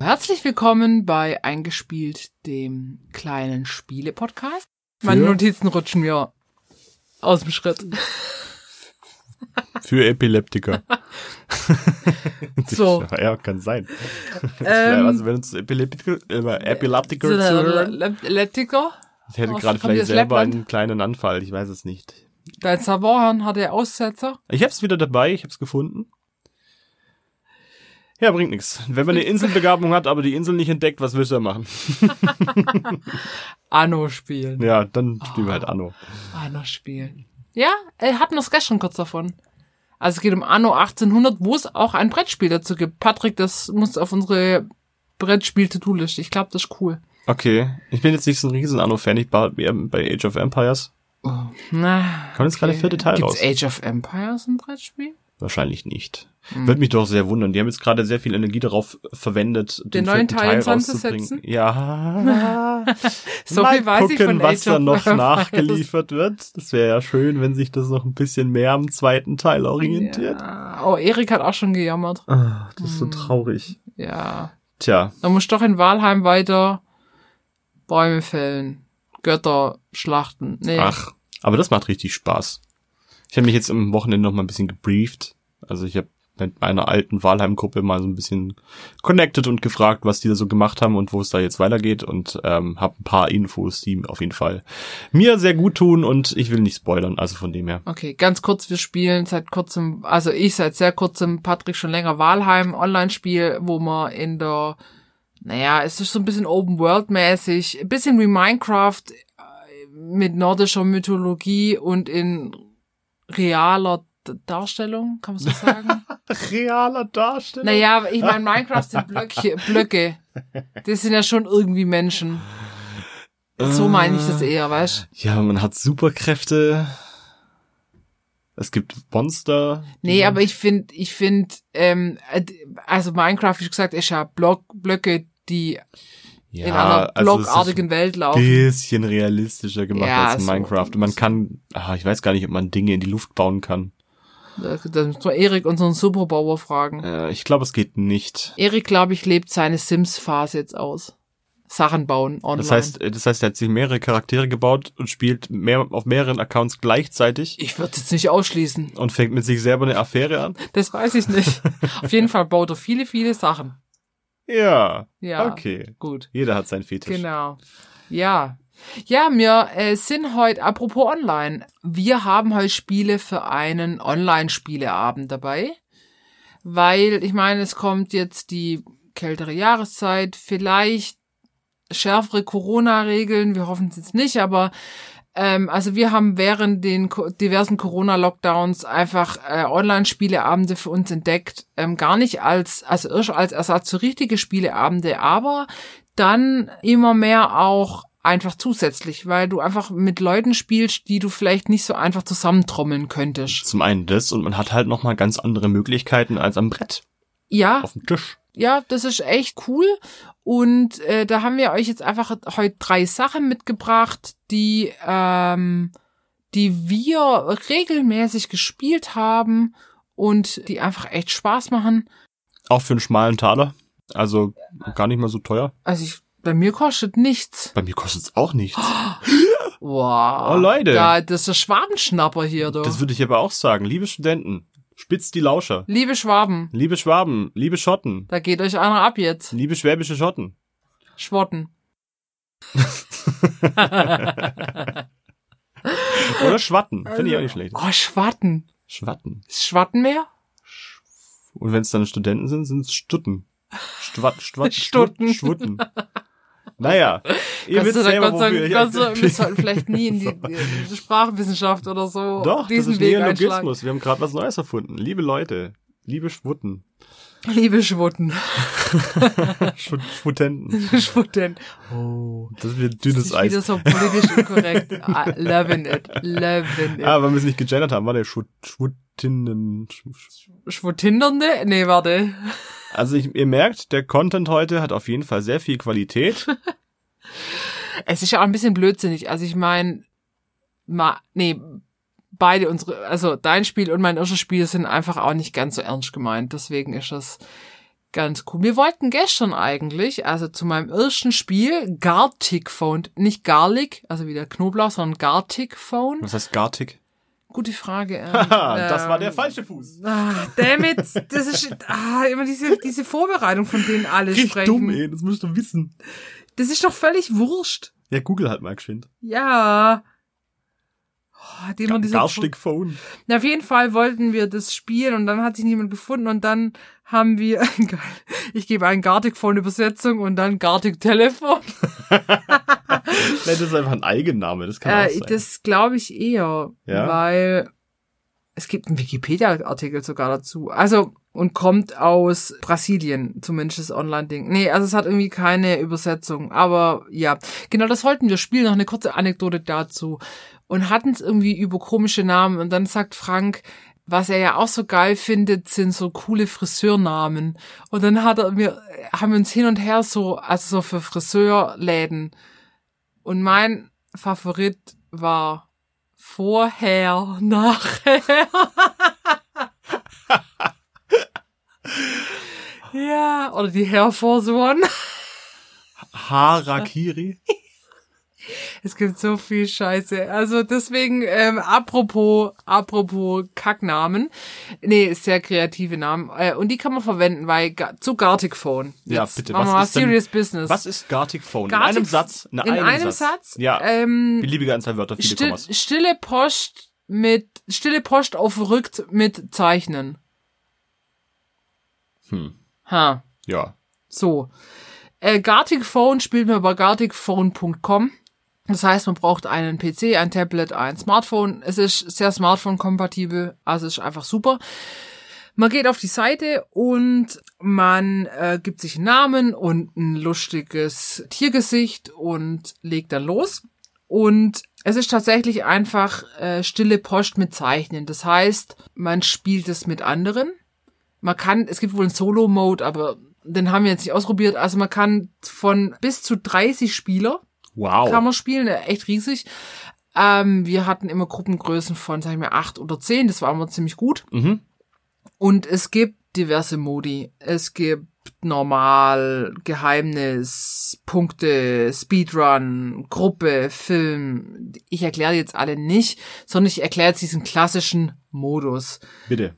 Herzlich willkommen bei Eingespielt, dem kleinen Spiele-Podcast. Für- Meine Notizen rutschen mir aus dem Schritt. Für Epileptiker. So. Ja, kann sein. Ähm, also wenn uns Epileptiker, äh, Epileptiker So, der zuhören, Lep- Leptiker, ich hätte aus- gerade kommt die vielleicht aus selber Lettland? einen kleinen Anfall, ich weiß es nicht. dein Savorhorn hatte Aussetzer. Ich hab's wieder dabei, ich hab's gefunden. Ja, bringt nichts. Wenn man eine Inselbegabung hat, aber die Insel nicht entdeckt, was willst du da machen? Anno spielen. Ja, dann spielen wir halt Ah. Anno. Anno spielen. Ja, äh, hatten wir es gestern kurz davon. Also es geht um Anno 1800, wo es auch ein Brettspiel dazu gibt. Patrick, das muss auf unsere Brettspiel-To-Do-Liste. Ich glaube, das ist cool. Okay, ich bin jetzt nicht so ein riesen Anno-Fan, ich war eher bei Age of Empires. Na, Kommt jetzt gerade der vierte Teil Gibt's raus? Age of Empires ein Brettspiel? Wahrscheinlich nicht. Hm. Würde mich doch sehr wundern. Die haben jetzt gerade sehr viel Energie darauf verwendet, den, neuen vierten Teil in Sand zu rauszubringen. setzen? Ja. So Mal viel weiß ich gucken, von was Age da of noch Empires. nachgeliefert wird. Das wäre ja schön, wenn sich das noch ein bisschen mehr am zweiten Teil orientiert. Ja. Oh, Erik hat auch schon gejammert. Ah, das ist Mhm. so traurig. Ja. Tja, Da muss doch in Walheim weiter Bäume fällen, Götter schlachten. Nee. ach. Aber das macht richtig Spaß. Ich habe mich jetzt am Wochenende noch mal ein bisschen gebrieft. Also ich habe mit meiner alten Wahlheim-Gruppe mal so ein bisschen connected und gefragt, was die da so gemacht haben und wo es da jetzt weitergeht und ähm, habe ein paar Infos, die auf jeden Fall mir sehr gut tun und ich will nicht spoilern, also von dem her. Okay, ganz kurz, wir spielen seit kurzem, also ich seit sehr kurzem, Patrick schon länger, Walheim, Online-Spiel, wo man in der, naja, es ist so ein bisschen Open-World-mäßig, ein bisschen wie Minecraft äh, mit nordischer Mythologie und in realer D- Darstellung, kann man so sagen? Realer Darstellung. naja, ich meine, Minecraft sind Blöcke, Blöcke. Das sind ja schon irgendwie Menschen. So meine ich das eher, weißt Ja, man hat Superkräfte. Es gibt Monster. Nee, Ja. aber ich finde, ich finde, ähm, äh, also Minecraft, wie schon gesagt, ist ja Block, Blöcke, die ja, in einer also es ist blockartigen Welt laufen. bisschen realistischer gemacht Ja, als in so. Minecraft. Und man kann, ah, ich weiß gar nicht, ob man Dinge in die Luft bauen kann. Da, da Also, muss man Erik, unseren Superbauer, fragen. Äh, ich glaube, es geht nicht. Erik, glaube ich, lebt seine Sims-Phase jetzt aus. Sachen bauen online. Das heißt, äh, das heißt, er hat sich mehrere Charaktere gebaut und spielt mehr, auf mehreren Accounts gleichzeitig ich würde jetzt nicht ausschließen. und fängt mit sich selber eine Affäre an. Das weiß ich nicht. Auf jeden Fall baut er viele, viele Sachen. Ja. Ja. Okay. Gut. Jeder hat seinen Fetisch. Genau. Ja. Ja, wir äh, sind heute, apropos online, wir haben heute Spiele für einen Online-Spieleabend dabei. Weil, ich meine, es kommt jetzt die kältere Jahreszeit, vielleicht schärfere Corona-Regeln, wir hoffen es jetzt nicht, aber ähm, also wir haben während den ko diversen Corona-Lockdowns einfach äh, Online-Spieleabende für uns entdeckt. Ähm, gar nicht als, also erst als Ersatz für richtige Spieleabende, aber dann immer mehr auch einfach zusätzlich, weil du einfach mit Leuten spielst, die du vielleicht nicht so einfach zusammentrommeln könntest. Zum einen das und man hat halt nochmal ganz andere Möglichkeiten als am Brett, Ja, auf dem Tisch. ja, das ist echt cool. Und äh, da haben wir euch jetzt einfach heute drei Sachen mitgebracht, die, ähm, die wir regelmäßig gespielt haben und die einfach echt Spaß machen. Auch für einen schmalen Taler. Also gar nicht mal so teuer. Also ich, bei mir kostet nichts. Bei mir kostet es auch nichts. Also Wow. Oh, Leute. Da, das ist der Schwabenschnapper hier, du. Das würde ich aber auch sagen. Liebe Studenten, spitzt die Lauscher. Liebe Schwaben, Liebe Schwaben, liebe Schotten, da geht euch einer ab jetzt. liebe schwäbische Schotten. Schwotten. Oder Schwatten. Finde ich auch nicht schlecht. Oh, Schwatten. Schwatten. Ist Schwatten mehr? Und wenn es dann Studenten sind, sind es Stutten. Stwat, Stwat, Stutten. Schwutten. Naja, ihr Gott wisst sei Dank, selber, Gott sei wofür Dank, ich Gott sei Dank, wir eigentlich bin. sollten vielleicht nie in die, in die Sprachwissenschaft oder so Doch, das diesen ist Weg einschlagen. Neologismus. Wir haben gerade was Neues erfunden. Liebe Leute, liebe Schwutten. Liebe Schwutten, Schwut- Schwutenten. Schwutten. Oh, Das wird das dünnes ist wieder Eis. so politisch inkorrekt. I loving it, loving it. Ah, weil wir es nicht gegendert haben, war der Schwut, Schwuttinnen. Schw- Schw- Schwuttindernde? Nee, warte. Also ich, ihr merkt, der Content heute hat auf jeden Fall sehr viel Qualität. Es ist ja auch ein bisschen blödsinnig. Also ich meine, ma, nee, beide unsere, also dein Spiel und mein erstes Spiel sind einfach auch nicht ganz so ernst gemeint. Deswegen ist es Ganz cool. Wir wollten gestern eigentlich, also zu meinem ersten Spiel, Gartic Phone, nicht Garlic, also wieder Knoblauch, sondern Gartic Phone. Was heißt Gartig? Gute Frage. Ähm, Haha, das war ähm, der falsche Fuß. Ah, damn it, das ist ah, immer diese, diese Vorbereitung, von denen alle Richtig sprechen. dumm, ey, das musst du wissen. Das ist doch völlig wurscht. Ja, Google halt mal geschwind. Ja. Oh, hat jemand diese- Garstig Phone. Na, auf jeden Fall wollten wir das spielen und dann hat sich niemand gefunden und dann haben wir, geil, ich gebe ein Gartic Phone Übersetzung und dann Gartic Telefon. Nein, das ist einfach ein Eigenname, das kann auch Äh, sein. das glaube ich eher, Ja? weil es gibt einen Wikipedia-Artikel sogar dazu. Also, und kommt aus Brasilien, zumindest das Online-Ding. Nee, also es hat irgendwie keine Übersetzung. Aber ja, genau das wollten wir spielen. Noch eine kurze Anekdote dazu. Und hatten es irgendwie über komische Namen. Und dann sagt Frank, was er ja auch so geil findet, sind so coole Friseurnamen. Und dann hat er mir, haben wir uns hin und her so, also so für Friseurläden. Und mein Favorit war vorher, nachher. ja, oder die Air Force One. Harakiri? Es gibt so viel Scheiße. Also deswegen, ähm, apropos, apropos Kacknamen. Nee, sehr kreative Namen. Äh, und die kann man verwenden, weil ga- zu Gartic Phone. Ja, Jetzt bitte, Machen wir was mal ist denn- Serious Business. Was ist Gartic Phone? in Gartic- einem Satz. In, in einem Satz? Ja. Ähm, Beliebige Anzahl Wörter, viele Still, Kommas. stille Post mit stille Post auf Rückt mit Zeichnen. Hm. Ha, Ja. so. Äh, Gartic Phone spielt man über garticphone.com. Das heißt, man braucht einen PC, ein Tablet, ein Smartphone. Es ist sehr Smartphone-kompatibel, also ist einfach super. Man geht auf die Seite und man äh, gibt sich einen Namen und ein lustiges Tiergesicht und legt dann los. Und es ist tatsächlich einfach äh, stille Post mit Zeichnen. Das heißt, man spielt es mit anderen. Man kann, es gibt wohl einen Solo-Mode, aber den haben wir jetzt nicht ausprobiert. Also man kann von bis zu 30 Spieler Wow. kann man spielen, äh, echt riesig. Ähm, wir hatten immer Gruppengrößen von, sag ich mal, 8 oder 10. Das war immer ziemlich gut. mhm. Und es gibt diverse Modi. Es gibt normal, Geheimnis, Punkte, Speedrun, Gruppe, Film. Ich erkläre jetzt alle nicht, sondern ich erkläre jetzt diesen klassischen Modus. Bitte.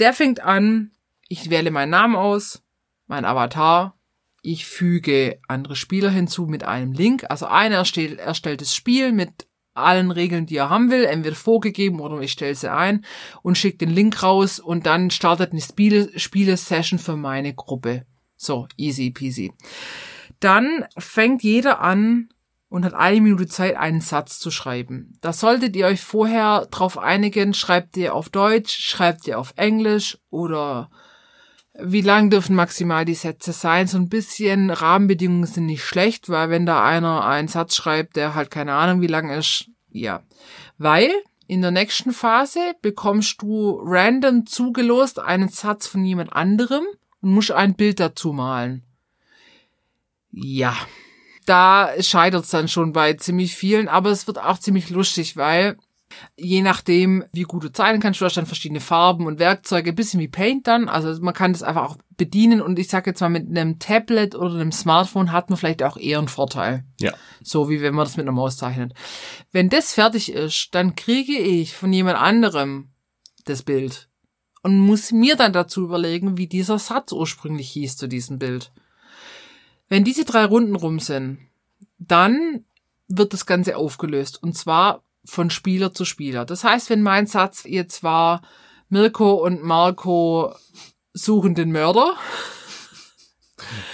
Der fängt an, ich wähle meinen Namen aus, mein Avatar, ich füge andere Spieler hinzu mit einem Link. Also einer erstellt, erstellt das Spiel mit allen Regeln, die er haben will, entweder vorgegeben oder ich stelle sie ein und schicke den Link raus und dann startet eine Spiele- Spiele-Session für meine Gruppe. So, easy peasy. Dann fängt jeder an und hat eine Minute Zeit, einen Satz zu schreiben. Da solltet ihr euch vorher drauf einigen, schreibt ihr auf Deutsch, schreibt ihr auf Englisch oder wie lang dürfen maximal die Sätze sein? So ein bisschen Rahmenbedingungen sind nicht schlecht, weil wenn da einer einen Satz schreibt, der halt keine Ahnung wie lang ist, ja. Weil in der nächsten Phase bekommst du random zugelost einen Satz von jemand anderem und musst ein Bild dazu malen. Ja, da scheitert es dann schon bei ziemlich vielen, aber es wird auch ziemlich lustig, weil je nachdem, wie gut du zeichnen kannst, du hast dann verschiedene Farben und Werkzeuge, bisschen wie Paint dann, also man kann das einfach auch bedienen und ich sag jetzt mal, mit einem Tablet oder einem Smartphone hat man vielleicht auch eher einen Vorteil. Ja. So wie wenn man das mit einer Maus zeichnet. Wenn das fertig ist, dann kriege ich von jemand anderem das Bild und muss mir dann dazu überlegen, wie dieser Satz ursprünglich hieß zu diesem Bild. Wenn diese drei Runden rum sind, dann wird das Ganze aufgelöst und zwar von Spieler zu Spieler. Das heißt, wenn mein Satz jetzt war, Mirko und Marco suchen den Mörder,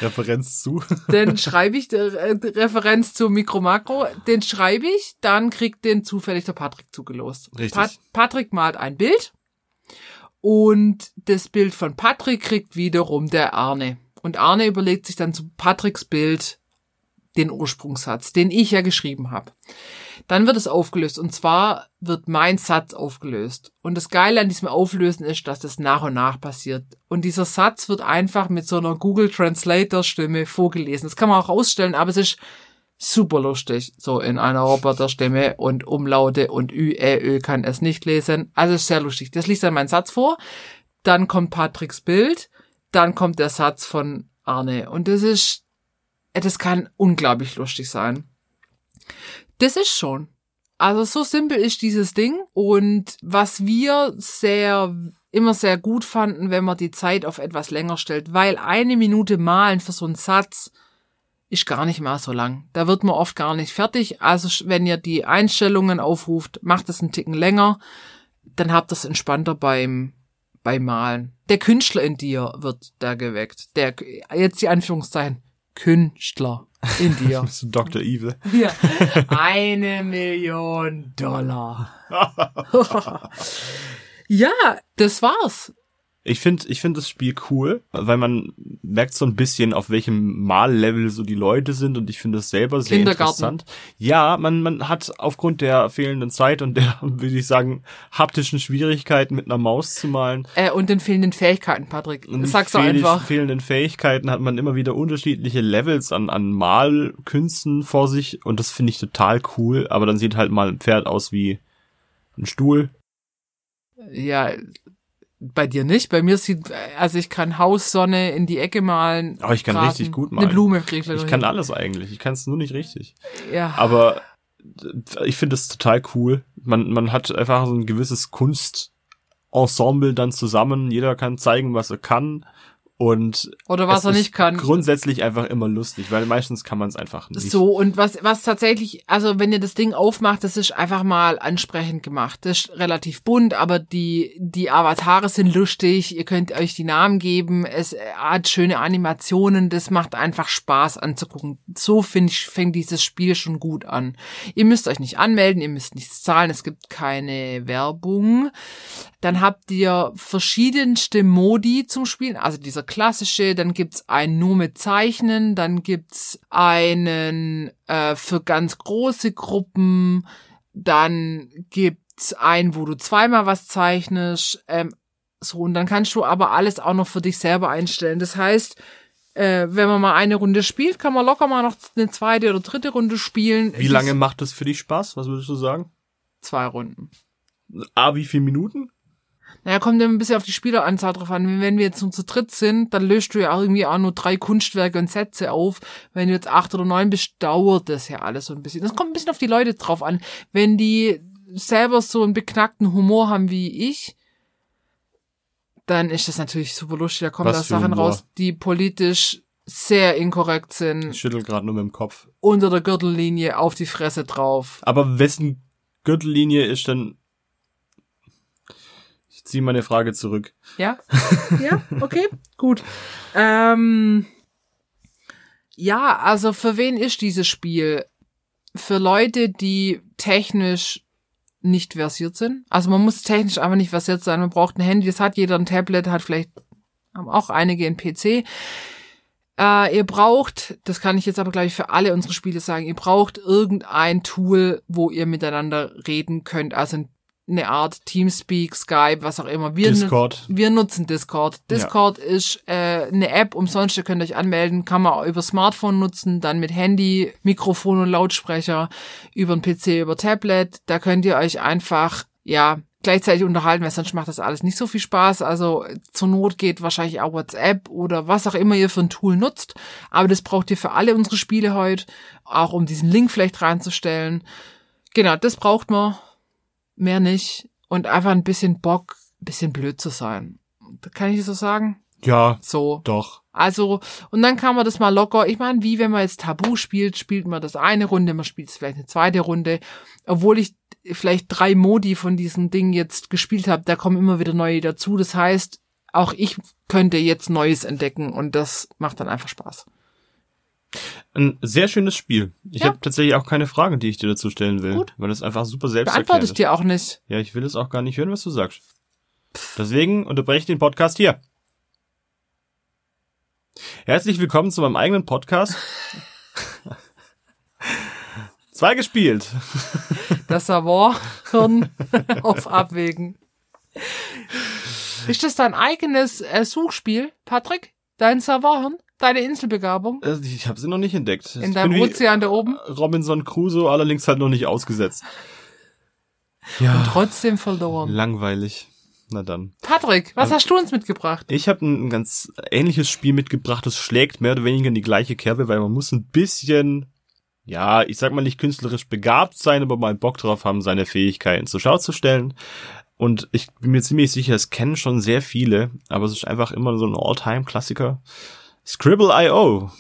Referenz zu. dann schreibe ich die Re- die Referenz zu Mikro Makro, den schreibe ich, dann kriegt den zufällig der Patrick zugelost. Richtig. Patrick malt ein Bild und das Bild von Patrick kriegt wiederum der Arne. Und Arne überlegt sich dann zu Patricks Bild den Ursprungssatz, den ich ja geschrieben habe. Dann wird es aufgelöst und zwar wird mein Satz aufgelöst. Und das Geile an diesem Auflösen ist, dass das nach und nach passiert. Und dieser Satz wird einfach mit so einer Google Translator Stimme vorgelesen. Das kann man auch ausstellen, aber es ist super lustig. So in einer Roboterstimme und Umlaute und Ü, Ä, Ö kann es nicht lesen. Also ist sehr lustig. Das liest dann mein Satz vor. Dann kommt Patricks Bild. dann kommt der Satz von Arne. Und das ist, äh, das kann unglaublich lustig sein. Das ist schon. Also so simpel ist dieses Ding. Und was wir sehr, immer sehr gut fanden, wenn man die Zeit auf etwas länger stellt, weil eine Minute malen für so einen Satz ist gar nicht mal so lang. Da wird man oft gar nicht fertig. Also wenn ihr die Einstellungen aufruft, macht es einen Ticken länger, dann habt ihr es entspannter beim, beim Malen. Der Künstler in dir wird da geweckt. Der, jetzt die Anführungszeichen, Künstler in dir. Bist du Dr. Evil? Ja. Eine Million Dollar. ja, das war's. Ich finde ich find das Spiel cool, weil man merkt so ein bisschen, auf welchem Mallevel so die Leute sind und ich finde das selber sehr Kindergarten. interessant. Ja, man, man hat aufgrund der fehlenden Zeit und der, würde ich sagen, haptischen Schwierigkeiten mit einer Maus zu malen, Äh, und den fehlenden Fähigkeiten, Patrick. und Das sagst du fehl- einfach. fehlenden Fähigkeiten hat man immer wieder unterschiedliche Levels an, an Malkünsten vor sich und das finde ich total cool, aber dann sieht halt mal ein Pferd aus wie ein Stuhl. Ja, bei dir nicht. Bei mir sieht, also ich kann Haussonne in die Ecke malen. Aber Oh, ich kann Grasen, richtig gut Eine malen. Blume krieg Ich kann alles eigentlich, ich kann es nur nicht richtig. ja. Aber ich finde es total cool. Man, man hat einfach so ein gewisses Kunstensemble dann zusammen. Jeder kann zeigen, was er kann. Und Oder was es er ist nicht kann. Grundsätzlich einfach immer lustig, weil meistens kann man es einfach nicht. So, und was, was tatsächlich, also wenn ihr das Ding aufmacht, das ist einfach mal ansprechend gemacht. Das ist relativ bunt, aber die, die Avatare sind lustig, ihr könnt euch die Namen geben, es hat schöne Animationen, das macht einfach Spaß anzugucken. So finde ich, fängt dieses Spiel schon gut an. Ihr müsst euch nicht anmelden, ihr müsst nichts zahlen, es gibt keine Werbung. Dann habt ihr verschiedenste Modi zum Spielen, also dieser klassische, dann gibt's einen nur mit Zeichnen, dann gibt's einen äh, für ganz große Gruppen, dann gibt's einen, wo du zweimal was zeichnest, ähm, so und dann kannst du aber alles auch noch für dich selber einstellen. Das heißt, äh, wenn man mal eine Runde spielt, kann man locker mal noch eine zweite oder dritte Runde spielen. Wie lange macht das für dich Spaß? Was würdest du sagen? Zwei Runden. A, wie viele Minuten? Naja, kommt immer ein bisschen auf die Spieleranzahl drauf an. Wenn wir jetzt nur zu dritt sind, dann löscht du ja auch irgendwie auch nur drei Kunstwerke und Sätze auf. Wenn du jetzt acht oder neun bist, dauert das ja alles so ein bisschen. Das kommt ein bisschen auf die Leute drauf an. Wenn die selber so einen beknackten Humor haben wie ich, dann ist das natürlich super lustig. Da kommen Was da für Sachen Humor? raus, die politisch sehr inkorrekt Ich sind, schüttel gerade nur mit dem Kopf. unter der Gürtellinie auf die Fresse drauf. Aber wessen Gürtellinie ist denn... Ich ziehe meine Frage zurück. Ja, ja, okay, gut. Ähm, ja, also für wen ist dieses Spiel? Für Leute, die technisch nicht versiert sind. Also man muss technisch einfach nicht versiert sein. Man braucht ein Handy, das hat jeder ein Tablet, hat vielleicht haben auch einige ein PC. Äh, ihr braucht, das kann ich jetzt aber glaube ich für alle unsere Spiele sagen, ihr braucht irgendein Tool, wo ihr miteinander reden könnt. Also eine Art Teamspeak, Skype, was auch immer. Wir ne nu- Discord. wir nutzen Discord. Ja. Discord ist äh, eine App, umsonst, ihr könnt euch anmelden, kann man auch über Smartphone nutzen, dann mit Handy, Mikrofon und Lautsprecher, über den PC, über Tablet. Da könnt ihr euch einfach, ja, gleichzeitig unterhalten, weil sonst macht das alles nicht so viel Spaß. Also äh, zur Not geht wahrscheinlich auch WhatsApp oder was auch immer ihr für ein Tool nutzt. Aber das braucht ihr für alle unsere Spiele heute, auch um diesen Link vielleicht reinzustellen. Genau, das braucht man mehr nicht und einfach ein bisschen Bock, ein bisschen blöd zu sein. Kann ich das so sagen? Ja, So. doch. Also, und dann kann man das mal locker. Ich meine, wie wenn man jetzt Tabu spielt, spielt man das eine Runde, man spielt vielleicht eine zweite Runde. Obwohl ich vielleicht drei Modi von diesem Ding jetzt gespielt habe, da kommen immer wieder neue dazu. Das heißt, auch ich könnte jetzt Neues entdecken und das macht dann einfach Spaß. Ein sehr schönes Spiel. Ich Ja. habe tatsächlich auch keine Fragen, die ich dir dazu stellen will, Gut. weil das einfach super selbst Beantworte ich ist. dir auch nicht. Ja, ich will es auch gar nicht hören, was du sagst. Deswegen unterbreche ich den Podcast hier. Herzlich willkommen zu meinem eigenen Podcast. Zwei gespielt. Das Savoy-Hirn auf Abwägen. Ist das dein eigenes äh, Suchspiel, Patrick? Dein Savoy-Hirn? Deine Inselbegabung? Also, Ich habe sie noch nicht entdeckt. Äh, In deinem Ozean da oben? Robinson Crusoe allerdings halt noch nicht ausgesetzt. Ja, Trotzdem verloren. langweilig. Na dann. Patrick, was hast du uns mitgebracht? Ich habe ein ganz ähnliches Spiel mitgebracht, das schlägt mehr oder weniger in die gleiche Kerbe, weil man muss ein bisschen, ja, ich sag mal nicht künstlerisch begabt sein, aber mal Bock drauf haben, seine Fähigkeiten zur Schau zu stellen. Und ich bin mir ziemlich sicher, es kennen schon sehr viele, aber es ist einfach immer so ein All-Time-Klassiker. Scribble.io.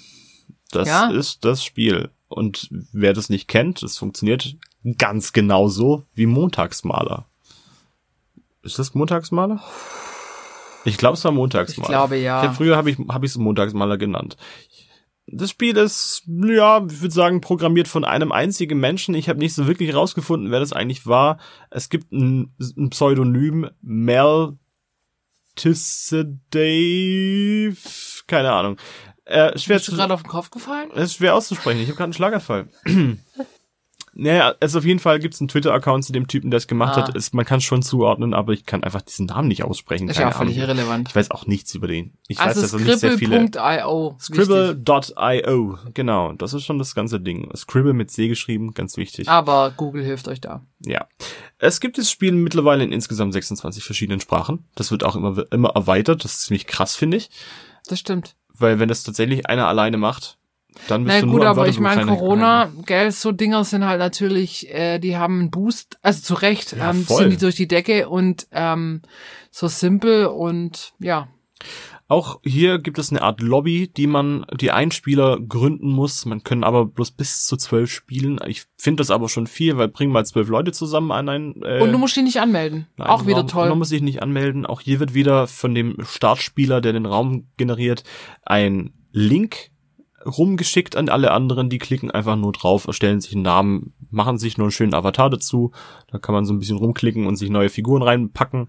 Das Ja. ist das Spiel. Und wer das nicht kennt, es funktioniert ganz genauso wie Montagsmaler. Ist das Montagsmaler? Ich glaube, es war Ich Montagsmaler. glaube, ja. Ich hab, früher habe ich habe ich es Montagsmaler genannt. Das Spiel ist, ja, ich würde sagen, programmiert von einem einzigen Menschen. Ich habe nicht so wirklich rausgefunden, wer das eigentlich war. Es gibt ein, ein Pseudonym, Mel Tissedave, keine Ahnung. Äh, schwer Bist du zu, gerade auf den Kopf gefallen? es ist schwer auszusprechen. Ich habe gerade einen Schlaganfall. naja, also auf jeden Fall gibt es einen Twitter-Account zu dem Typen, der es gemacht Ah. hat. Es, man kann es schon zuordnen, aber ich kann einfach diesen Namen nicht aussprechen. Ist keine ja auch völlig Ahnung. irrelevant. Ich weiß auch nichts über den. Ich weiß, dass Also er nicht sehr viele. scribble.io. wichtig. Scribble.io, genau, das ist schon das ganze Ding. Scribble mit C geschrieben, ganz wichtig. Aber Google hilft euch da. Ja. Es gibt das Spiel mittlerweile in insgesamt 26 verschiedenen Sprachen. Das wird auch immer, immer erweitert, das ist ziemlich krass, finde ich. Das stimmt. Weil wenn das tatsächlich einer alleine macht, dann bist Na du gut, nur am aber ich Wörterbuch meine, kleiner- Corona, gell, so Dinger sind halt natürlich, äh, die haben einen Boost, also zu Recht, Ja, ähm, voll. sind die durch die Decke und ähm, so simpel und ja. Auch hier gibt es eine Art Lobby, die man, die ein Spieler gründen muss. Man können aber bloß bis zu zwölf spielen. Ich finde das aber schon viel, weil bringen mal zwölf Leute zusammen an einen. Äh, Und du musst die nicht anmelden. Nein, Auch wieder Raum, Man toll. muss sich nicht anmelden. Auch hier wird wieder von dem Startspieler, der den Raum generiert, ein Link rumgeschickt an alle anderen. Die klicken einfach nur drauf, erstellen sich einen Namen, machen sich nur einen schönen Avatar dazu. Da kann man so ein bisschen rumklicken und sich neue Figuren reinpacken.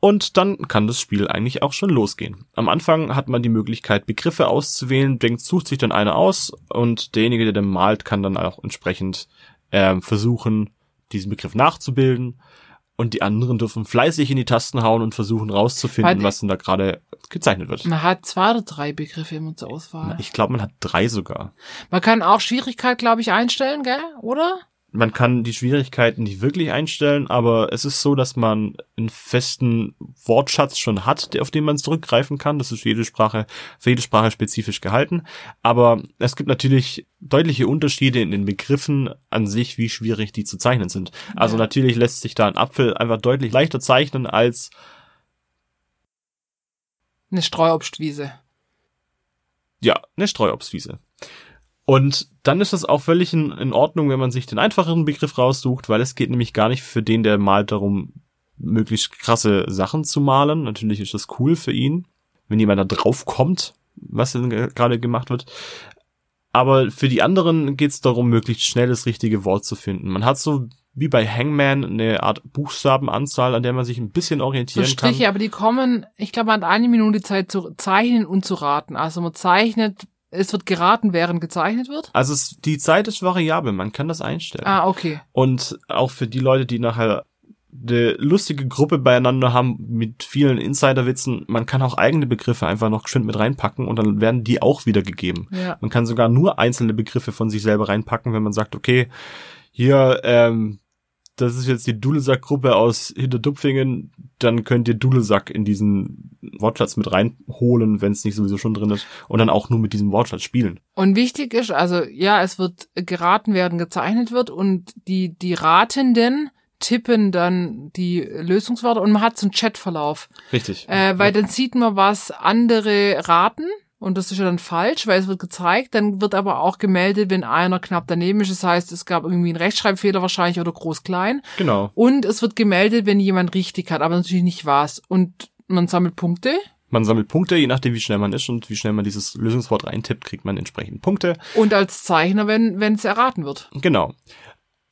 Und dann kann das Spiel eigentlich auch schon losgehen. Am Anfang hat man die Möglichkeit, Begriffe auszuwählen, denkt, sucht sich dann einer aus und derjenige, der dann malt, kann dann auch entsprechend ähm, versuchen, diesen Begriff nachzubilden. Und die anderen dürfen fleißig in die Tasten hauen und versuchen rauszufinden, Warte. was denn da gerade gezeichnet wird. Man hat zwei oder drei Begriffe immer zur Auswahl. Ich glaube, man hat drei sogar. Man kann auch Schwierigkeit, glaube ich, einstellen, gell, oder? man kann die Schwierigkeiten nicht wirklich einstellen, aber es ist so, dass man einen festen Wortschatz schon hat, der- auf den man zurückgreifen kann. Das ist für jede Sprache, für jede Sprache spezifisch gehalten. Aber es gibt natürlich deutliche Unterschiede in den Begriffen an sich, wie schwierig die zu zeichnen sind. Also Ja. natürlich lässt sich da ein Apfel einfach deutlich leichter zeichnen als Eine Streuobstwiese. ja, eine Ne, Streuobstwiese. Und dann ist das auch völlig in, in Ordnung, wenn man sich den einfacheren Begriff raussucht, weil es geht nämlich gar nicht für den, der malt, darum, möglichst krasse Sachen zu malen. Natürlich ist das cool für ihn, wenn jemand da drauf kommt, was denn ge- gerade gemacht wird. Aber für die anderen geht es darum, möglichst schnell das richtige Wort zu finden. Man hat so wie bei Hangman eine Art Buchstabenanzahl, an der man sich ein bisschen So orientieren kann. Striche, aber die kommen, ich glaube, man hat eine Minute Zeit zu zeichnen und zu raten. Also man zeichnet, es wird geraten, während gezeichnet wird. Also es, die Zeit ist variabel, man kann das einstellen. Ah, okay. Und auch für die Leute, die nachher eine lustige Gruppe beieinander haben mit vielen Insiderwitzen, man kann auch eigene Begriffe einfach noch geschwind mit reinpacken und dann werden die auch wiedergegeben. Ja. Man kann sogar nur einzelne Begriffe von sich selber reinpacken, wenn man sagt, okay, hier, ähm, das ist jetzt die Dudelsack-Gruppe aus Hinterdupfingen, dann könnt ihr Dudelsack in diesen Wortschatz mit reinholen, wenn es nicht sowieso schon drin ist, und dann auch nur mit diesem Wortschatz spielen. Und wichtig ist, also ja, es wird geraten, während gezeichnet wird und die, die Ratenden tippen dann die Lösungswörter und man hat so einen Chatverlauf. Richtig. Äh, weil dann sieht man, was andere raten und das ist ja dann falsch, weil es wird gezeigt, dann wird aber auch gemeldet, wenn einer knapp daneben ist. Das heißt, es gab irgendwie einen Rechtschreibfehler wahrscheinlich oder groß-klein. genau. Und es wird gemeldet, wenn jemand richtig hat, aber natürlich nicht was. Und man sammelt Punkte Man sammelt Punkte, je nachdem, wie schnell man ist und wie schnell man dieses Lösungswort reintippt, kriegt man entsprechend Punkte. und als Zeichner, wenn wenn es erraten wird. Genau.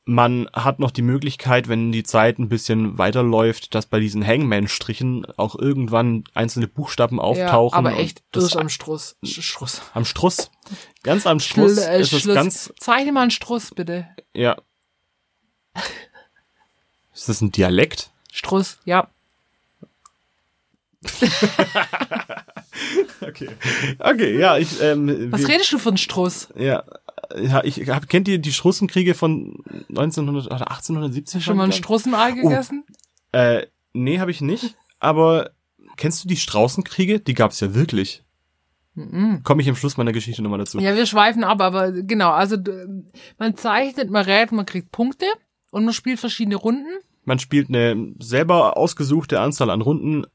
Man hat noch die Möglichkeit, wenn die Zeit ein bisschen weiterläuft, dass bei diesen Hangman-Strichen auch irgendwann einzelne Buchstaben auftauchen. ja, aber und echt das durch am Struss. Sch- Struss. am Struss. Ganz am Struss Schl- äh, ist es Schluss. ganz, Zeichne mal einen Struss, bitte. ja. Ist das ein Dialekt? Struss, ja. Okay. Okay, ja, ich, ähm, Was wir- redest du von Struss? ja, ja, ich hab, kennt ihr die Strussenkriege von 1900 oder 1870? Schon mal einen Struss? Struss im Ei gegessen? Äh, nee, habe ich nicht. Aber kennst du die Straußenkriege? Die gab es ja wirklich. Komme ich am Schluss meiner Geschichte nochmal dazu. Ja, wir schweifen ab, aber genau, also d- man zeichnet, man rät, man kriegt Punkte und man spielt verschiedene Runden. Man spielt eine selber ausgesuchte Anzahl an Runden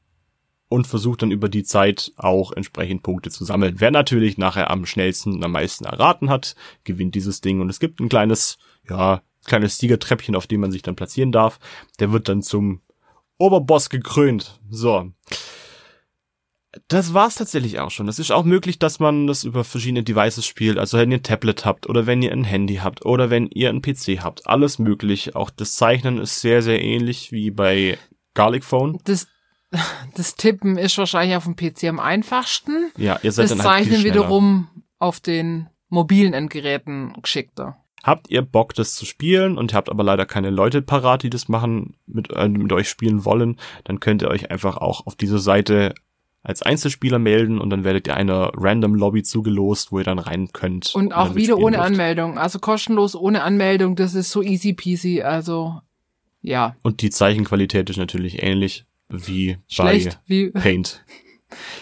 und versucht dann über die Zeit auch entsprechend Punkte zu sammeln. Wer natürlich nachher am schnellsten und am meisten erraten hat, gewinnt dieses Ding und es gibt ein kleines, ja, kleines Siegertreppchen, auf dem man sich dann platzieren darf. Der wird dann zum Oberboss gekrönt. So. Das war's tatsächlich auch schon. Es ist auch möglich, dass man das über verschiedene Devices spielt. Also wenn ihr ein Tablet habt oder wenn ihr ein Handy habt oder wenn ihr einen PC habt. Alles möglich. Auch das Zeichnen ist sehr, sehr ähnlich wie bei Garlic Phone. Das, das Tippen ist wahrscheinlich auf dem PC am einfachsten. Ja, ihr seid Das dann halt viel Zeichnen schneller. wiederum auf den mobilen Endgeräten geschickter. Habt ihr Bock, das zu spielen und habt aber leider keine Leute parat, die das machen, mit, äh, mit euch spielen wollen, dann könnt ihr euch einfach auch auf diese Seite als Einzelspieler melden und dann werdet ihr einer Random Lobby zugelost, wo ihr dann rein könnt. Und dann auch wieder mitspielen ohne dürft. Anmeldung. Also kostenlos ohne Anmeldung, das ist so easy peasy. Also ja, Und die Zeichenqualität ist natürlich ähnlich wie schlecht. Wie, bei Paint.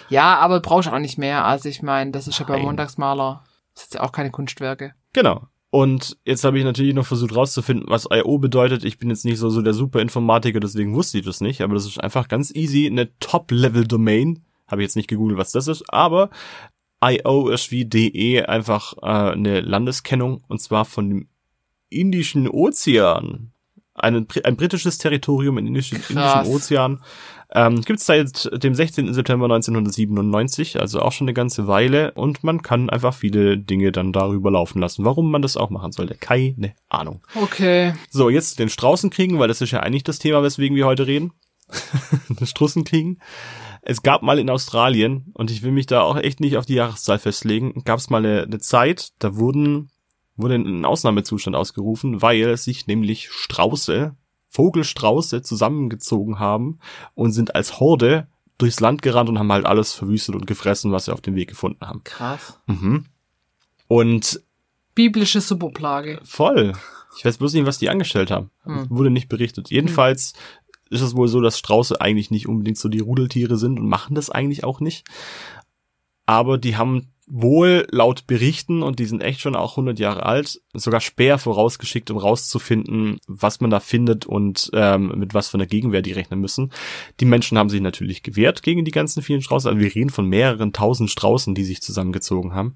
ja, aber brauchst auch nicht mehr. Also ich meine, das ist ja bei Nein. Montagsmaler. Das ist ja auch keine Kunstwerke. Genau. Und jetzt habe ich natürlich noch versucht rauszufinden, was I.O. bedeutet. Ich bin jetzt nicht so, so der Superinformatiker, deswegen wusste ich das nicht. Aber das ist einfach ganz easy. Eine Top-Level-Domain. Habe ich jetzt nicht gegoogelt, was das ist. Aber I.O. ist wie DE einfach äh, eine Landeskennung. Und zwar von dem Indischen Ozean. Ein, ein britisches Territorium im Indischen, Krass. Indischen Ozean. Ähm, gibt's seit dem 16. September 1997, also auch schon eine ganze Weile. Und man kann einfach viele Dinge dann darüber laufen lassen. Warum man das auch machen sollte, keine Ahnung. Okay. So, jetzt den Straußen kriegen, weil das ist ja eigentlich das Thema, weswegen wir heute reden. Strussen kriegen. Es gab mal in Australien, und ich will mich da auch echt nicht auf die Jahreszahl festlegen, gab es mal eine, eine Zeit, da wurden, wurde ein Ausnahmezustand ausgerufen, weil sich nämlich Strauße, Vogelstrauße zusammengezogen haben und sind als Horde durchs Land gerannt und haben halt alles verwüstet und gefressen, was sie auf dem Weg gefunden haben. Krass. Mhm. Und Biblische Superplage. Voll. Ich weiß bloß nicht, was die angestellt haben. Hm. Wurde nicht berichtet. Jedenfalls ist es wohl so, dass Strauße eigentlich nicht unbedingt so die Rudeltiere sind und machen das eigentlich auch nicht. Aber die haben wohl laut Berichten, und die sind echt schon auch 100 Jahre alt, sogar Speer vorausgeschickt, um rauszufinden, was man da findet und ähm, mit was für einer Gegenwehr die rechnen müssen. Die Menschen haben sich natürlich gewehrt gegen die ganzen vielen Strauße. Also wir reden von mehreren tausend Straußen, die sich zusammengezogen haben.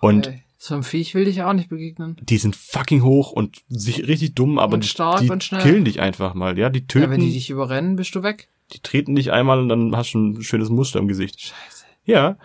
Und Ey, Äh, so einem Viech will ich auch nicht begegnen. die sind fucking hoch und sich richtig dumm, aber Und die- stark die und schnell. killen dich einfach mal, ja, die Ja, töten, wenn die die, dich überrennen, bist du weg. treten dich einmal und dann hast du ein schönes Muster im Gesicht. Scheiße. Ja,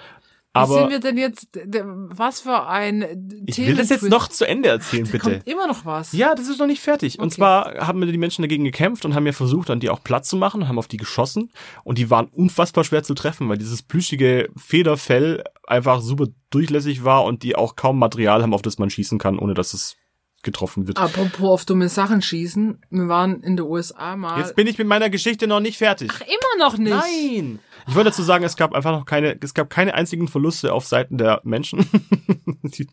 Was sind aber wir denn jetzt? d- d- Was für ein ich will das jetzt Thementwist. noch zu Ende erzählen, Da bitte. kommt immer noch was. Ja, das ist noch nicht fertig. Und Okay. zwar haben wir die Menschen dagegen gekämpft und haben ja versucht, an die auch Platz zu machen, haben auf die geschossen und die waren unfassbar schwer zu treffen, weil dieses plüschige Federfell einfach super durchlässig war und die auch kaum Material haben, auf das man schießen kann, ohne dass es getroffen wird. Apropos auf dumme Sachen schießen. Wir waren in der USA mal. Jetzt bin ich mit meiner Geschichte noch nicht fertig. Ach, immer noch nicht. Nein! Ich wollte dazu sagen, es gab einfach noch keine, es gab keine einzigen Verluste auf Seiten der Menschen. die,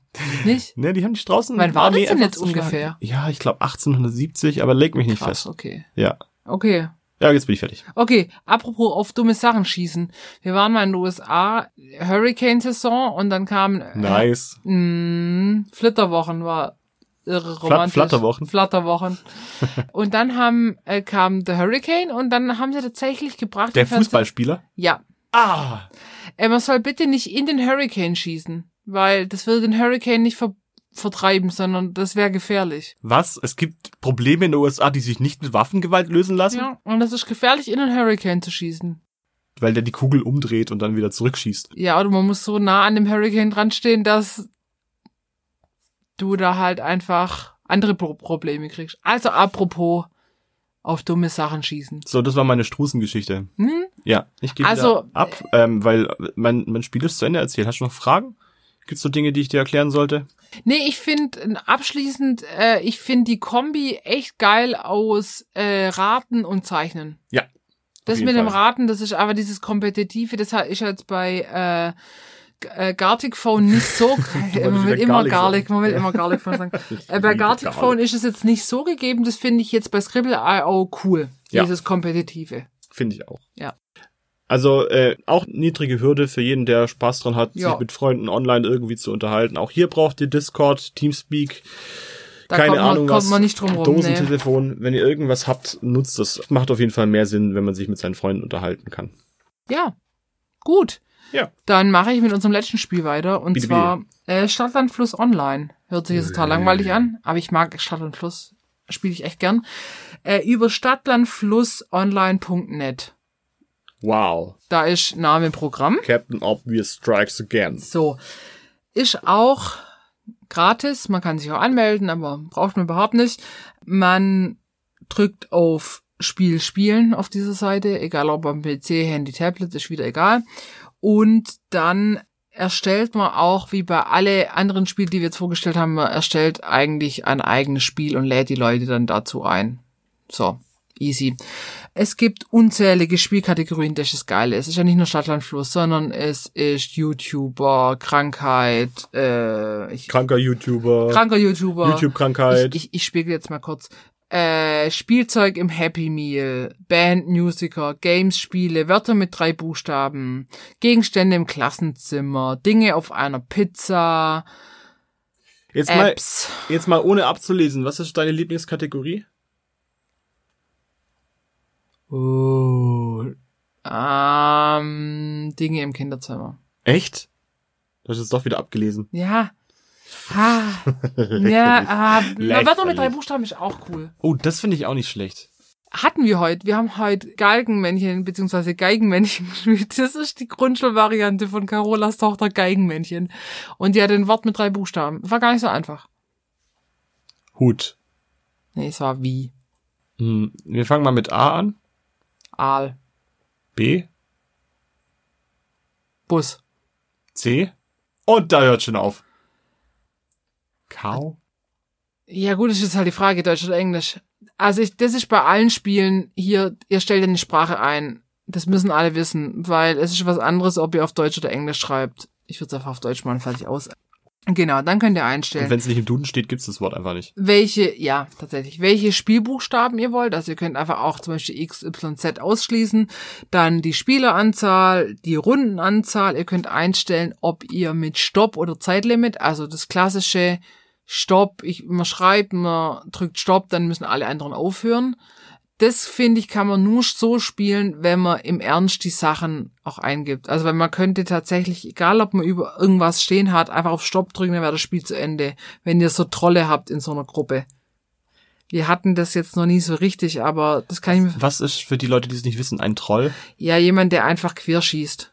Nicht? ne, die haben die Straußen. Wann war das Armee denn einfach jetzt zerschlagen. ungefähr? Ja, ich glaube 1870, aber leg mich nicht Krass, fest. okay. Ja. Okay. Ja, jetzt bin ich fertig. Okay, apropos auf dumme Sachen schießen. Wir waren mal in den USA, Hurricane-Saison und dann kam äh, Nice. Mm, Flitterwochen war irre romantisch. Flatterwochen. Flatterwochen. und dann haben, äh, kam der Hurricane und dann haben sie tatsächlich gebracht. Der im Fernsehen- Fußballspieler. Ja. Ah! Äh, man soll bitte nicht in den Hurricane schießen, weil das würde den Hurricane nicht ver vertreiben, sondern das wäre gefährlich. Was? Es gibt Probleme in den USA, die sich nicht mit Waffengewalt lösen lassen? Ja, und das ist gefährlich, in den Hurricane zu schießen. Weil der die Kugel umdreht und dann wieder zurückschießt. Ja, oder man muss so nah an dem Hurricane dran stehen, dass du da halt einfach andere Pro Probleme kriegst. Also apropos auf dumme Sachen schießen. So, das war meine Strußengeschichte. Hm? Ja, ich gebe Also- also, ab, ähm, weil mein, mein Spiel ist zu Ende erzählt. Hast du noch Fragen? Gibt's so Dinge, die ich dir erklären sollte? Nee, ich finde abschließend, äh, ich finde die Kombi echt geil aus äh, Raten und Zeichnen. Ja, auf Das jeden mit dem Fall. Raten, das ist aber dieses Kompetitive, das hat- ist jetzt bei äh, äh, Gartic Phone nicht so. man will wieder immer Garlic Garlic, sagen. man will immer Garlic Phone sagen. Äh, bei liebe Gartic Garlic. Phone ist es jetzt nicht so gegeben, das finde ich jetzt bei Scribble.io cool. Ja. Dieses Kompetitive. Finde ich auch. Ja. Also äh, auch niedrige Hürde für jeden, der Spaß dran hat, Ja. sich mit Freunden online irgendwie zu unterhalten. Auch hier braucht ihr Discord, Teamspeak, Da keine kommt man, Ahnung kommt was. man nicht drum rum. Oh, Nee. Dosentelefon. Wenn ihr irgendwas habt, nutzt das. Macht auf jeden Fall mehr Sinn, wenn man sich mit seinen Freunden unterhalten kann. Ja, gut. Ja. Dann mache ich mit unserem letzten Spiel weiter und Bitte, zwar äh, Stadtland Fluss Online. Hört sich jetzt total Äh. langweilig an, aber ich mag Stadtland Fluss, spiele ich echt gern. Äh, über stadtlandflussonline.net. Wow. Da ist Name Programm. Captain Obvious Strikes Again. So. Ist auch gratis. Man kann sich auch anmelden, aber braucht man überhaupt nicht. Man drückt auf Spiel spielen auf dieser Seite, egal ob am PC, Handy, Tablet, ist wieder egal. Und dann erstellt man auch, wie bei alle anderen Spiele, die wir jetzt vorgestellt haben, man erstellt eigentlich ein eigenes Spiel und lädt die Leute dann dazu ein. So, easy. Es gibt unzählige Spielkategorien, das ist geil. Es ist ja nicht nur Stadtlandfluss, sondern es ist YouTuber, Krankheit, äh, ich, Kranker YouTuber. kranker YouTuber. Oh. YouTube-Krankheit. Ich, ich, ich spiegel jetzt mal kurz. Äh, Spielzeug im Happy Meal, Band, Musiker, Games, Spiele, Wörter mit drei Buchstaben, Gegenstände im Klassenzimmer, Dinge auf einer Pizza, Jetzt mal, Apps. jetzt mal ohne abzulesen, was ist deine Lieblingskategorie? Oh. Ähm, Dinge im Kinderzimmer. Echt? Das ist doch wieder abgelesen. Ja. Ah, ja, ah, na, Wörter mit drei Lächerlich. Buchstaben ist auch cool. Oh, das finde ich auch nicht schlecht. hatten wir heute. Wir haben heute Galgenmännchen bzw. Geigenmännchen gespielt. Das ist die Grundschulvariante von Carolas Tochter Geigenmännchen. Und die hat ein Wort mit drei Buchstaben. War gar nicht so einfach. Hut. Nee, es war wie. Hm, wir fangen mal mit A an. Aal. B, Bus. C. Und da hört schon auf. Kau? Ja gut, das ist halt die Frage, Deutsch oder Englisch. Also ich, das ist bei allen Spielen hier, ihr stellt eine Sprache ein. Das müssen alle wissen, weil es ist was anderes, ob ihr auf Deutsch oder Englisch schreibt. Ich würde es einfach auf Deutsch machen, fertig aus. Genau, dann könnt ihr einstellen. Und wenn es nicht im Duden steht, gibt's das Wort einfach nicht. welche, ja, tatsächlich, welche Spielbuchstaben ihr wollt. Also ihr könnt einfach auch zum Beispiel X, Y, Z ausschließen. Dann die Spieleranzahl, die Rundenanzahl. Ihr könnt einstellen, ob ihr mit Stopp oder Zeitlimit, also das klassische Stopp, ich, man schreibt, man drückt Stopp, dann müssen alle anderen aufhören. Das finde ich, kann man nur so spielen, wenn man im Ernst die Sachen auch eingibt. Also wenn man könnte tatsächlich, egal ob man über irgendwas stehen hat, einfach auf Stopp drücken, dann wäre das Spiel zu Ende wenn ihr so Trolle habt in so einer Gruppe. Wir hatten das jetzt noch nie so richtig, aber das kann ich mir. Was ist für die Leute, die es nicht wissen, ein Troll? Ja, jemand, der einfach querschießt.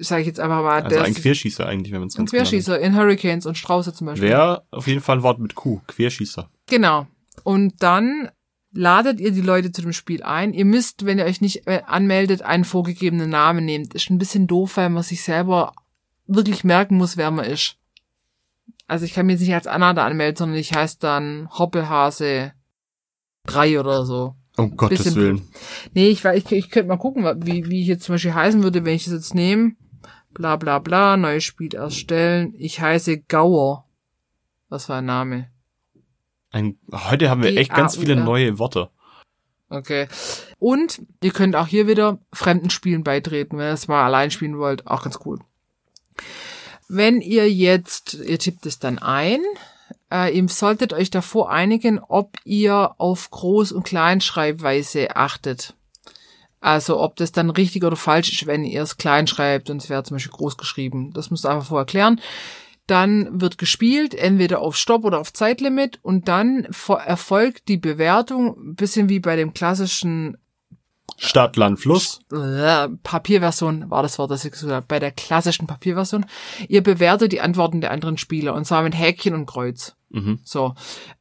Sag ich jetzt einfach mal. Also der ein ist- Querschießer eigentlich, wenn man es ein ganz genau nimmt. Querschießer in Hurricanes und Strauße zum Beispiel. Wäre auf jeden Fall ein Wort mit Q. Querschießer. Genau. Und dann ladet ihr die Leute zu dem Spiel ein. Ihr müsst, wenn ihr euch nicht äh, anmeldet, einen vorgegebenen Namen nehmen. Ist ein bisschen doof, weil man sich selber wirklich merken muss, wer man ist. Also ich kann mich jetzt nicht als Anna da anmelden, sondern ich heiße dann Hoppelhase 3 oder so. Um Gottes Bisschen Willen. Nee, ich, war- ich, ich könnte mal gucken, wa- wie, wie ich jetzt zum Beispiel heißen würde, wenn ich das jetzt nehme. Bla bla bla, neues Spiel erstellen. Ich heiße Gauer. Was war ein Name? Ein, heute haben wir echt ganz viele G-A-U-R. neue Worte. Okay. Und ihr könnt auch hier wieder fremden Spielen beitreten, wenn ihr es mal allein spielen wollt. Auch ganz cool. Wenn ihr jetzt, ihr tippt es dann ein, äh, ihr solltet euch davor einigen, ob ihr auf Groß- und Kleinschreibweise achtet. Also ob das dann richtig oder falsch ist, wenn ihr es klein schreibt und es wäre zum Beispiel groß geschrieben. Das müsst ihr einfach vorher klären. Dann wird gespielt, entweder auf Stopp oder auf Zeitlimit und dann vo- erfolgt die Bewertung, ein bisschen wie bei dem klassischen Stadt, Land, Fluss. äh, Papierversion war das Wort, das ich gesucht habe, bei der klassischen Papierversion. Ihr bewertet die Antworten der anderen Spieler und zwar mit Häkchen und Kreuz. Mhm. So.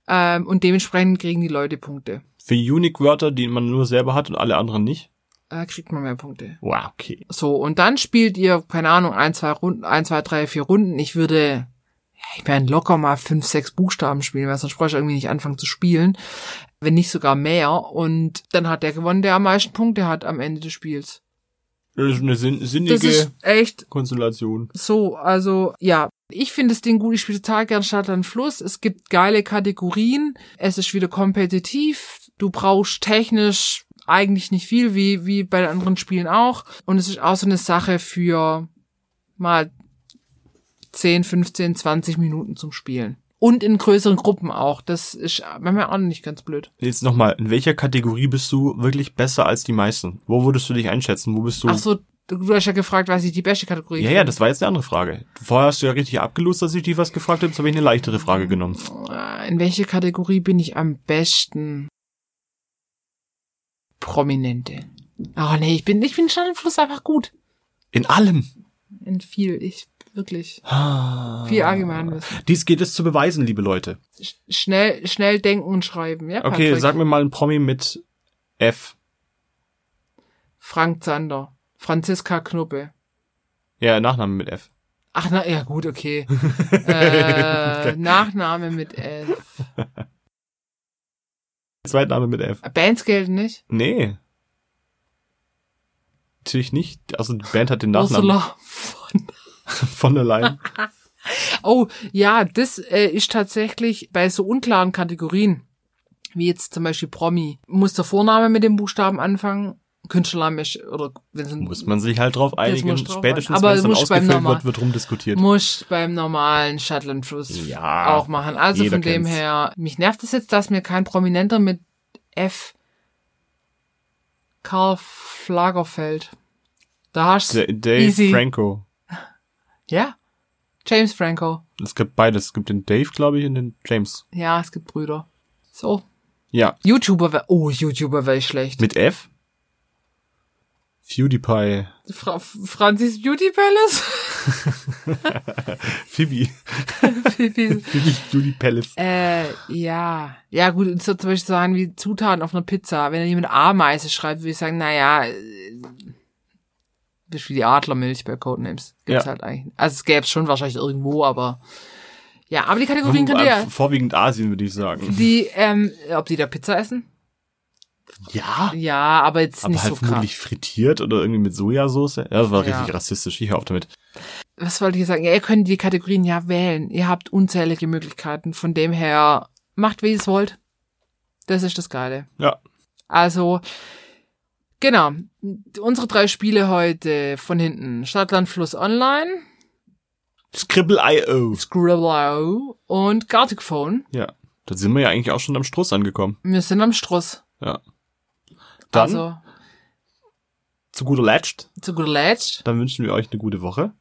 Ähm, und dementsprechend kriegen die Leute Punkte. Für Unique-Wörter, die man nur selber hat und alle anderen nicht. Äh, kriegt man mehr Punkte. Wow, okay. So, und dann spielt ihr, keine Ahnung, ein, zwei Runden, ein, zwei, drei, vier Runden. Ich würde, ja, ich meine, locker mal fünf, sechs Buchstaben spielen, weil sonst brauche ich irgendwie nicht anfangen zu spielen. Wenn nicht sogar mehr. Und dann hat der gewonnen, der am meisten Punkte hat am Ende des Spiels. Das ist eine sinn Das ist sinnige echt Konstellation. So, also ja, ich finde das Ding gut. Ich spiele total gern Stadtland Fluss. Es gibt geile Kategorien. Es ist wieder kompetitiv. Du brauchst technisch eigentlich nicht viel, wie, wie bei den anderen Spielen auch. Und es ist auch so eine Sache für mal 10, 15, 20 Minuten zum Spielen. Und in größeren Gruppen auch. Das ist manchmal auch nicht ganz blöd. Jetzt nochmal, in welcher Kategorie bist du wirklich besser als die meisten? Wo würdest du dich einschätzen? Wo bist du? Ach so, du du hast ja gefragt, was ich die beste Kategorie ja, ja, das war jetzt eine andere Frage. Vorher hast du ja richtig abgelost, dass ich dich was gefragt habe. Jetzt habe ich eine leichtere Frage genommen. ja. Äh, In welche Kategorie bin ich am besten? Prominente. Oh nee, ich bin, ich bin schon im Fluss einfach gut. In allem. In viel, ich, wirklich. Ah. Viel Ah. Allgemeinwissen. Dies geht es zu beweisen, liebe Leute. Sch schnell, schnell denken und schreiben, ja? Okay, Patrick? sag mir mal einen Promi mit F. Frank Zander. Franziska Knuppe. Ja, Nachname mit F. Ach, na, ja, gut, okay. äh, Nachname mit F. Zweitname mit F. Bands gelten nicht? Nee. Natürlich nicht. Also die Band hat den Nachnamen Ursula von von der Leyen. Oh, ja, das äh, ist tatsächlich bei so unklaren Kategorien, wie jetzt zum Beispiel Promi, muss der Vorname mit dem Buchstaben anfangen, Künstlername ist, oder wenn es ein Muss man sich halt drauf einigen. muss drauf ein- Spätestens, aber wenn es dann muss beim ausgefüllt Normal- wird, wird rumdiskutiert. muss beim normalen Shuttland Fluss Ja, auch machen. Also jeder von dem kennt's. her, mich nervt es jetzt, dass mir kein Prominenter mit F Karl Flagerfeld. Da hast D- du Dave Easy. Franco. Ja. James Franco. Es gibt beides. Es gibt den Dave, glaube ich, und den James. Ja, es gibt Brüder. So. Ja. YouTuber wär, oh, YouTuber wäre ich schlecht. Mit F? PewDiePie. Fra Franzis Beauty Palace? Phoebe. Phoebe Beauty Palace. äh, ja. Ja, gut, und so zum Beispiel sagen wie Zutaten auf einer Pizza. Wenn da jemand Ameise schreibt, würde ich sagen, naja, äh, bist wie die Adlermilch bei Codenames. Gibt's Ja. halt eigentlich. Also es gäbe es schon wahrscheinlich irgendwo, aber. Ja, aber die Kategorien könnt Äh, ihr. Vorwiegend Asien, würde ich sagen. Die, ähm, ob die da Pizza essen? Ja. Ja, aber jetzt Aber nicht halt so krass. vermutlich frittiert oder irgendwie mit Sojasauce. Ja, das war Ja. richtig rassistisch. Ich hör auf damit. was wollte ich sagen? Ja, ihr könnt die Kategorien ja wählen. Ihr habt unzählige Möglichkeiten. Von dem her, macht wie ihr es wollt. Das ist das Geile. Ja. Also, genau. Unsere drei Spiele heute von hinten. Stadtland Fluss Online, Scribble.io. Scribble und Gartic Phone. Ja. Da sind wir ja eigentlich auch schon am Struss angekommen. Wir sind am Struss. Ja. Dann, Also, zu guter Letzt, zu guter Letzt, dann wünschen wir euch eine gute Woche.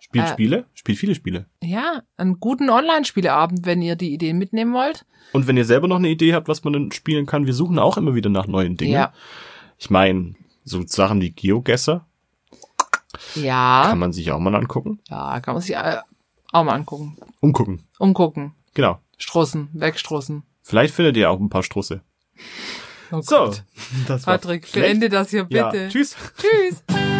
Spielt Äh. Spiele, spielt viele Spiele. ja, einen guten Online-Spieleabend, wenn ihr die Ideen mitnehmen wollt. Und wenn ihr selber noch eine Idee habt, was man denn spielen kann, wir suchen auch immer wieder nach neuen Dingen. Ja. Ich meine, so Sachen wie Geogesser kann Ja, man sich auch mal angucken. ja, kann man sich äh, auch mal angucken. Umgucken. Umgucken. Genau. Strussen, wegstrussen. Vielleicht findet ihr auch ein paar Strusse. Oh So, Gott. das war Patrick, schlecht. beende das hier Ja, bitte. tschüss. Tschüss.